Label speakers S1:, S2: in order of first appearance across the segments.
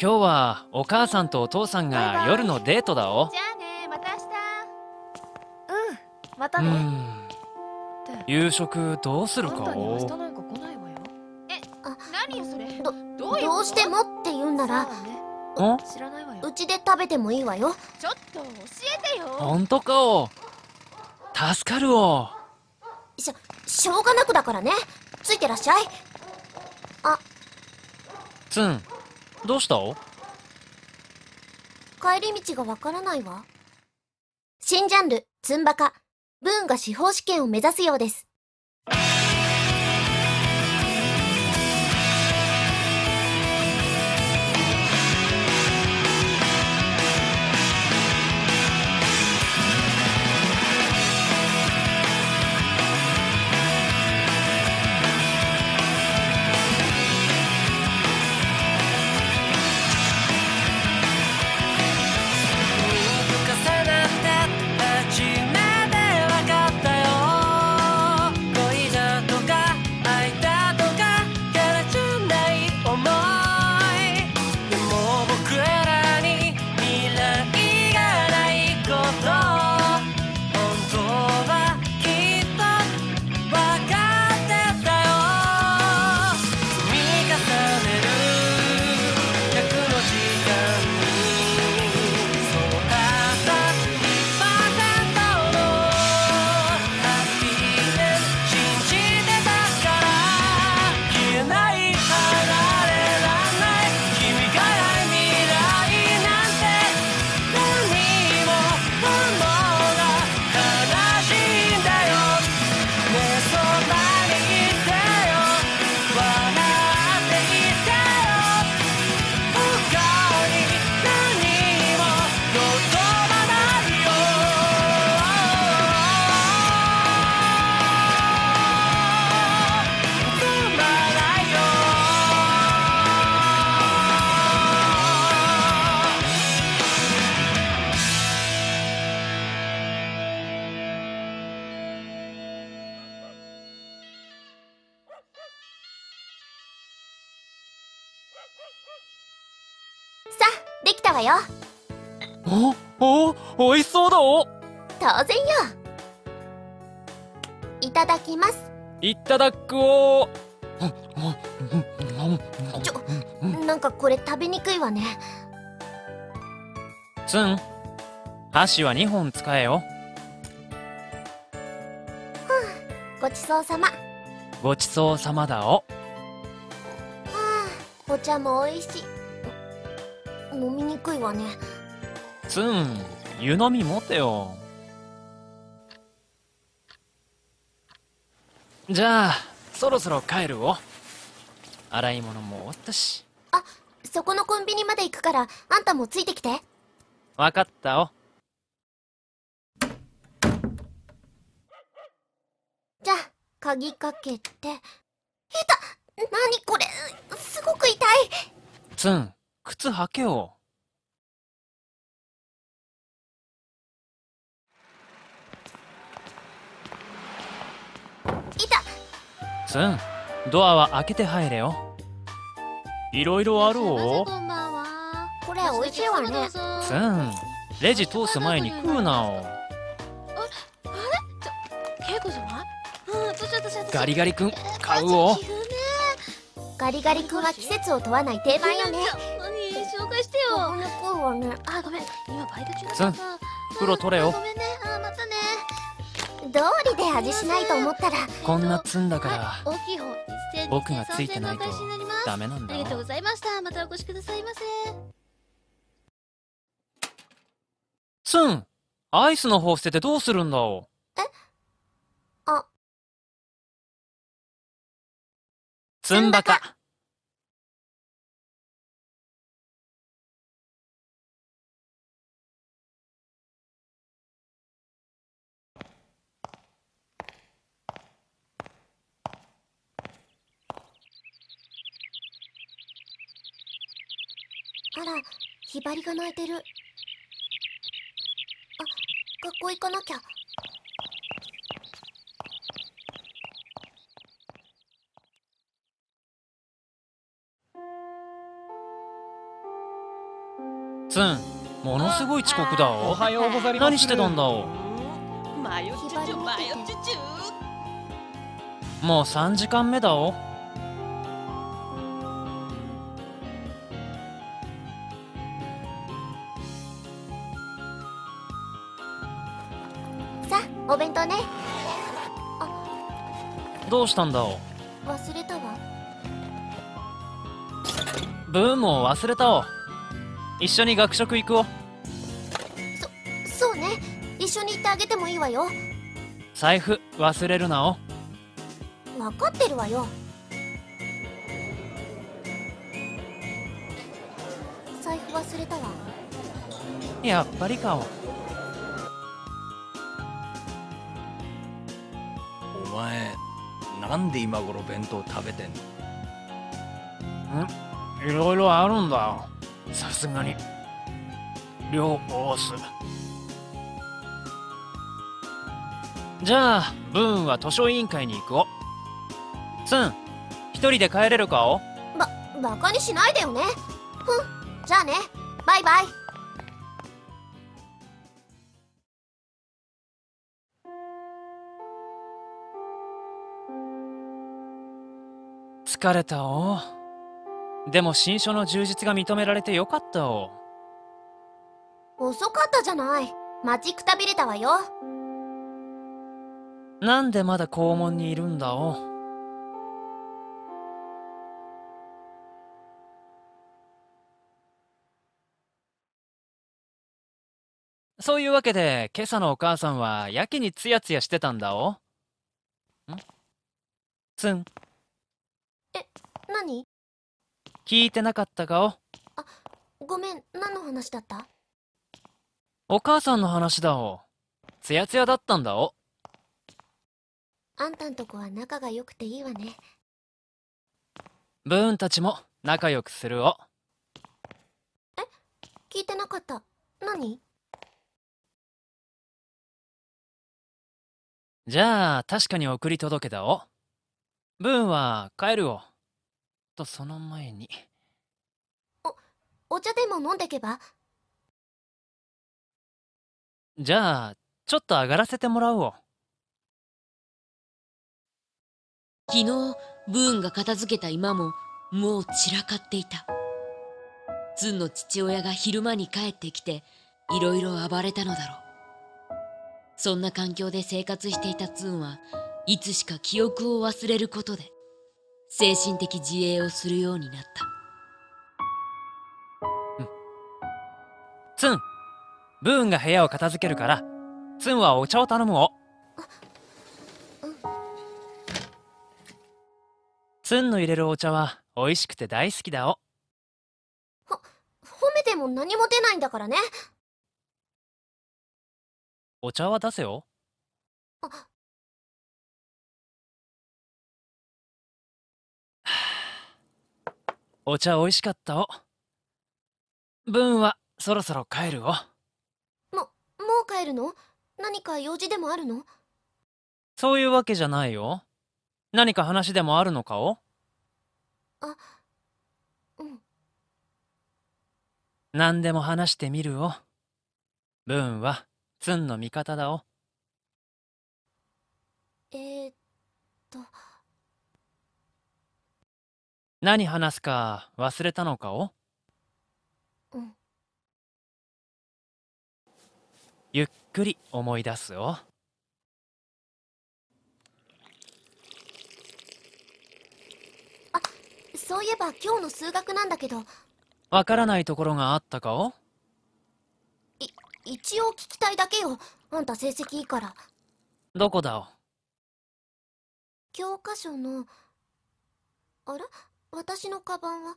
S1: 今日はお母さんとお父さん
S2: バイバ
S1: が
S2: イ
S1: 夜のデートだお
S2: じゃあねまた明日
S3: また
S1: う
S3: ね
S1: ん
S3: って
S1: 夕食どうするかお
S3: なんか来ないわよ
S2: 何よそれど
S4: ど
S2: ういう
S4: ど
S2: こと
S4: うしてもって言うんなら
S3: そうね
S1: ん
S3: 知らないわよ
S4: うちで食べてもいいわよ
S2: ちょっと教えてよ
S1: 本当かお助かるお
S4: しょしょうがなくだからねついてらっしゃい
S1: つんどうしたお
S4: 帰り道がわからないわ新ジャンルツンバカブーンが司法試験を目指すようですさあできたわよ
S1: おおおいしそうだお
S4: 当然よいただきます
S1: いただくお
S4: ちょなんかこれ食べにくいわね
S1: つん箸は2本使えよ
S4: ごちそうさまは
S1: ごちそうさまだお
S4: あお茶も美味しい飲みにくいわね
S1: つん湯飲み持てよじゃあそろそろ帰るお洗い物も終わったし
S4: あそこのコンビニまで行くからあんたもついてきて
S1: わかったお
S4: じゃあ鍵かけていた何これすごく痛い
S1: つん靴履けよ
S4: 痛
S1: つんドアは開けて入れよいろいろあるお
S2: こんばんは
S4: これ美味しいわね
S1: つんレジ通す前に食うなお
S2: 恵子様うん私私私
S1: ガリガリ君買う
S2: マ
S1: お
S2: ジ急ね
S4: ガリガリ君は季節を問わない定番よね
S2: 何紹介してよ
S4: この子はね
S2: あごめん今バイト中だ
S1: さん袋取れよ
S2: ごめんねあまたね
S4: どうりで味しないと思ったら
S1: こんなツンだから
S2: 大きい方一斉に
S1: 僕がついてないと
S2: お返しになります
S1: ダメなん
S2: あ
S1: だ
S2: りがとうご
S1: よ
S2: ざいましたまたお越しくださいませ
S1: つんアイスの方捨ててどうするんだお
S4: えあ
S1: つんばか
S4: あらひばりが泣いてるあ学校行かなきゃ
S1: ツンものすごい遅刻だ
S5: お
S1: お
S5: はようございます
S1: 何してたんだお
S5: うんマヨチュチュマヨチュチュ
S1: もう3時間目だお
S4: さあお弁当ね
S1: どうしたんだお
S4: 忘れたわ
S1: ブームを忘れたお一緒に学食行くお
S4: そうね一緒に行ってあげてもいいわよ
S1: 財布忘れるなお
S4: 分かってるわよ財布忘れたわ
S1: やっぱりかお
S6: お前なんで今頃弁当食べてんの
S1: いろいろあるんだよさすがに両方すじゃあブーンは図書委員会に行くおツン一人で帰れるかお
S4: ばバカにしないでよねふんじゃあねバイバイ
S1: 疲れたおでも新書の充実が認められてよかったお
S4: 遅かったじゃない待ちくたびれたわよ
S1: なんでまだ校門にいるんだおそういうわけで今朝のお母さんはやけにツヤツヤしてたんだおんつん
S4: 何
S1: 聞いてなかったかお
S4: ごめん何の話だった
S1: お母さんの話だおツヤツヤだったんだお
S4: あんたんとこは仲が良くていいわね
S1: ブーンたちも仲良くするお
S4: 聞いてなかった何
S1: じゃあ確かに送り届けだおブーンは帰るおとその前に
S4: お茶でも飲んでけば
S1: じゃあちょっと上がらせてもらうお
S7: 昨日ブーンが片付けた今ももう散らかっていたツンの父親が昼間に帰ってきていろいろ暴れたのだろうそんな環境で生活していたツンはいつしか記憶を忘れることで精神的自衛をするようになった
S1: ツンブーンが部屋を片付けるからツンはお茶を頼むおツンの入れるお茶は美味しくて大好きだお
S4: 褒めても何も出ないんだからね
S1: お茶は出せよ
S4: あ
S1: お茶美味しかったおブーンはそろそろ帰るお
S4: もう帰るの何か用事でもあるの
S1: そういうわけじゃないよ何か話でもあるのかお
S4: うん
S1: 何でも話してみるおブーンはツンの味方だお
S4: えー、
S1: 何話すか忘れたのかを
S4: うん
S1: ゆっくり思い出すよ
S4: そういえば今日の数学なんだけど
S1: わからないところがあったかを
S4: 一応聞きたいだけよあんた成績いいから
S1: どこだお
S4: 教科書のあら私のカバンは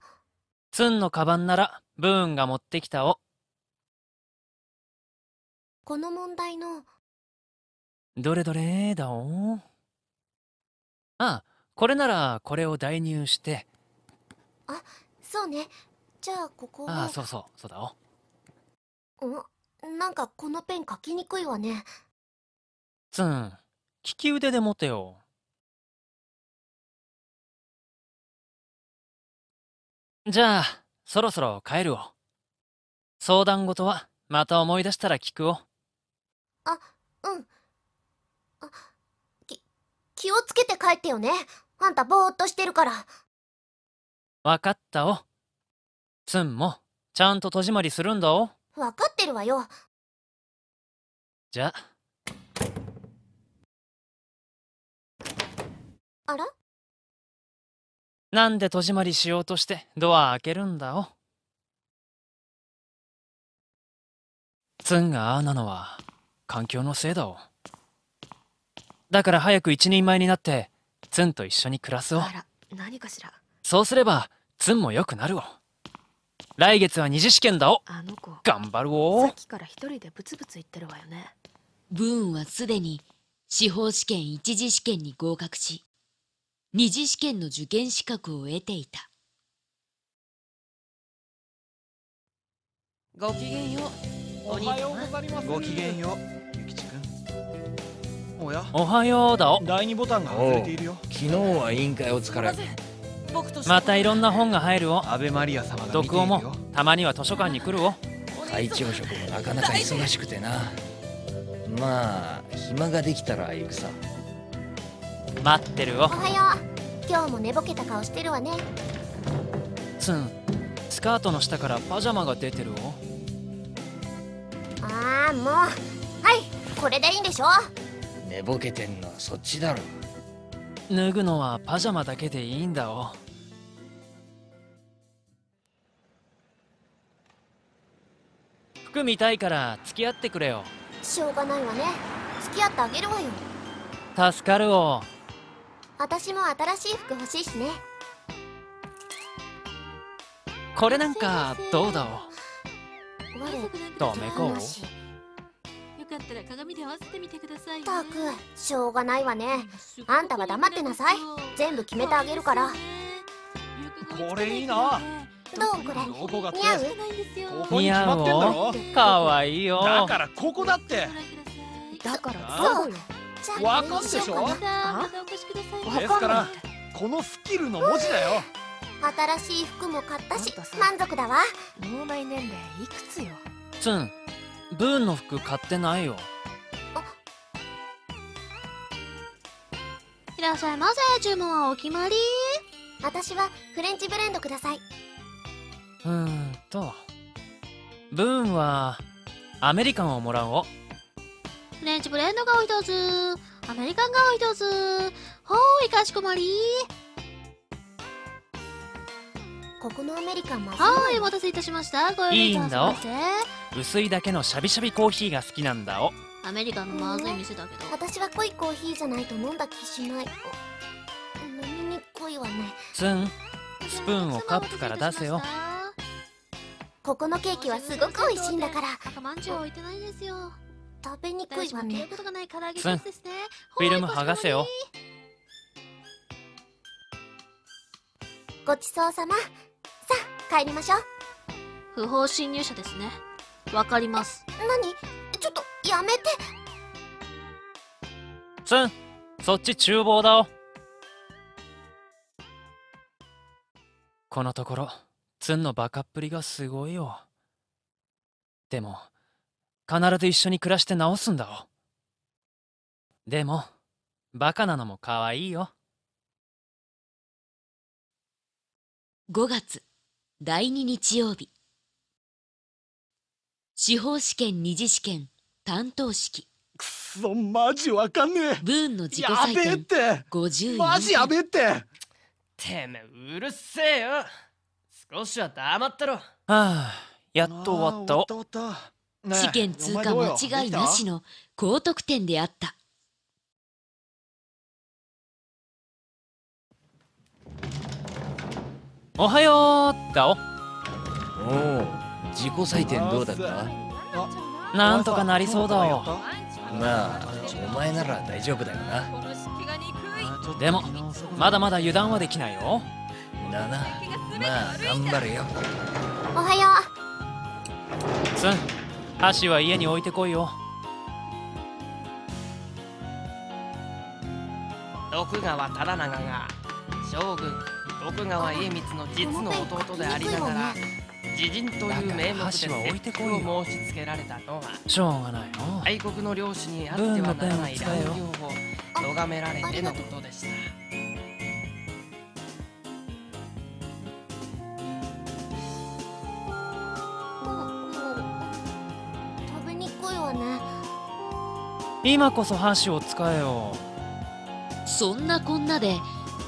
S1: ツンのカバンならブーンが持ってきたお
S4: この問題の
S1: どれどれだおあこれならこれを代入して
S4: そうねじゃあここは
S1: ああそうそうそうだお
S4: んなんかこのペン書きにくいわね
S1: ツン利き腕で持てよじゃあそろそろ帰るお相談事はまた思い出したら聞くを
S4: うん。あき、気をつけて帰ってよね。あんたぼーっとしてるから。
S1: 分かったをつんもちゃんと戸締まりするんだを
S4: わかってるわよ。
S1: じゃあ
S4: あら
S1: なんで戸締まりしようとしてドア開けるんだをツンがああなのは環境のせいだをだから早く一人前になってツンと一緒に暮らすを
S3: あら何かしら
S1: そうすればツンも良くなるを来月は二次試験だを
S3: あの子
S1: 頑張る
S3: さ
S1: を
S3: っきから一人でブツブツ言ってるわよね
S7: ブーンはすでに司法試験一次試験に合格し二次試験の受験資格を得ていた
S5: ごきげんようお兄様
S8: ざいます
S6: ごきげんようゆきちくんおや
S1: おはようだお
S8: 第二ボタンが外れているよ
S6: 昨日は委員会お疲れ
S5: 僕として
S1: またいろんな本が入るを
S8: 安倍マリア様が見て
S1: 読
S8: い
S1: 音
S8: る
S1: も
S8: よ
S1: たまには図書館に来るを
S6: 会長職もなかなか忙しくてなまあ暇ができたら行くさ
S1: 待ってるを
S4: おはよう。今日も寝ぼけた顔してるわね。
S1: ツンスカートの下からパジャマが出てるを
S4: あーもう。はい、これでいいんでしょ
S6: 寝ぼけてんのはそっちだろ
S1: 脱ぐのはパジャマだけでいいんだを服見たいから付き合ってくれよ
S4: しょうがないわね。付き合ってあげるわよ。
S1: 助かるを
S4: 私も新しい服欲しいしね。
S1: これなんかどうだを
S4: 我
S2: 挨拶なんか
S1: ダメか
S4: 楽しい
S2: よかったら鏡で合わせてみてくださいね
S4: ったく、しょうがないわね。
S2: すっごく
S4: あんたは黙ってなさい
S2: よかったよ
S4: 全部決めてあげるから。ど
S8: これいいな
S4: うこれ
S8: どこが
S4: 似合う
S2: ないんですよ
S8: ここに決まってんだろ
S1: かわいいよ
S8: だからここだっ
S2: ご
S8: て
S2: 覧ください
S3: だから
S4: そう
S3: そうよ
S4: じゃあ
S8: わかんでしょ
S4: これにようか
S2: さあまたお越しくださいね
S8: ですからこのスキルの文字だよ
S4: な新しい服も買ったし
S3: ほんとそう
S4: 満足だわ
S3: 脳内年齢いくつよ
S1: ツンブーンの服買ってないよ
S2: いらっしゃいませ注文はお決まり
S4: 私はフレンチブレンドくださいう
S1: ーんとブーンはアメリカンをもらおう
S2: フレンチブレンドがお一つアメリカンがお一つほーいかしこまり
S4: ここのアメリカンも
S2: はーいお待たせいたしましたご用意くださいませ
S1: 薄いだけのシャビシャビコーヒーが好きなんだお
S2: アメリカンのまずい店だけど
S4: 私は濃いコーヒーじゃないと飲んだ気しないお飲みにくいわね
S1: ツンスプーンをカップから出せよ
S4: ここのケーキはすごく美味しいんだから
S2: 赤まんじゅう置いてないですよ
S4: 食べにく
S2: 大
S4: い
S2: 丈
S4: わ
S2: 夫食
S4: ね
S2: うことがない唐揚げ
S1: すん
S2: 一つですね
S1: フィルム剥がせよ
S4: ごちそうさまさあ帰りましょう
S2: 不法侵入者ですねわかります
S4: 何ちょっとやめて
S1: ツンそっち厨房だおこのところツンのバカっぷりがすごいよでも必ず一緒に暮らして直すんだおでもバカなのも可愛いよ
S7: 5月第2日曜日司法試験二次試験担当式
S8: くっそマジわかんね
S7: ブーンの自
S8: え
S7: 己
S8: や
S7: 採
S8: べえっ
S7: 点
S8: て
S7: 54
S8: マジやべえって
S9: てめえうるせえよ少しは黙ったろ
S1: はあやっと終わった
S8: あ
S1: お
S8: ー終わった終わったねえ
S7: 試験通過
S8: お前どうよ
S7: 間違いなし
S8: でき
S7: の高得点であった
S1: おはようだお
S6: おお自己採点どうだった
S1: なんとかなりそうだ
S8: お前
S1: お
S8: さ
S6: まあお前なら大丈夫だよな
S8: あーちょっと
S1: でも
S8: 昨日遅くなった
S1: まだまだ油断はできないよ
S6: だなまあ頑張れよ
S4: おはよ
S1: ツン箸は家に置いてこいよ
S9: 徳川忠長が将軍徳川家光の実の弟でありながら
S4: う
S6: 自陣という
S1: だ
S6: 名目で
S1: から箸は置いて
S6: 切
S1: こい
S6: 腹
S1: よ
S6: を申し付けられたとは
S1: しょうがないの
S6: 愛国の領主にあってはならない乱用を咎められてのことでした
S4: うん食べにくいわね
S1: 今こそ箸を使えよ
S7: そんなこんなで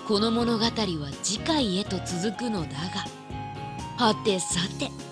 S7: この物語は次回へと続くのだがはてさて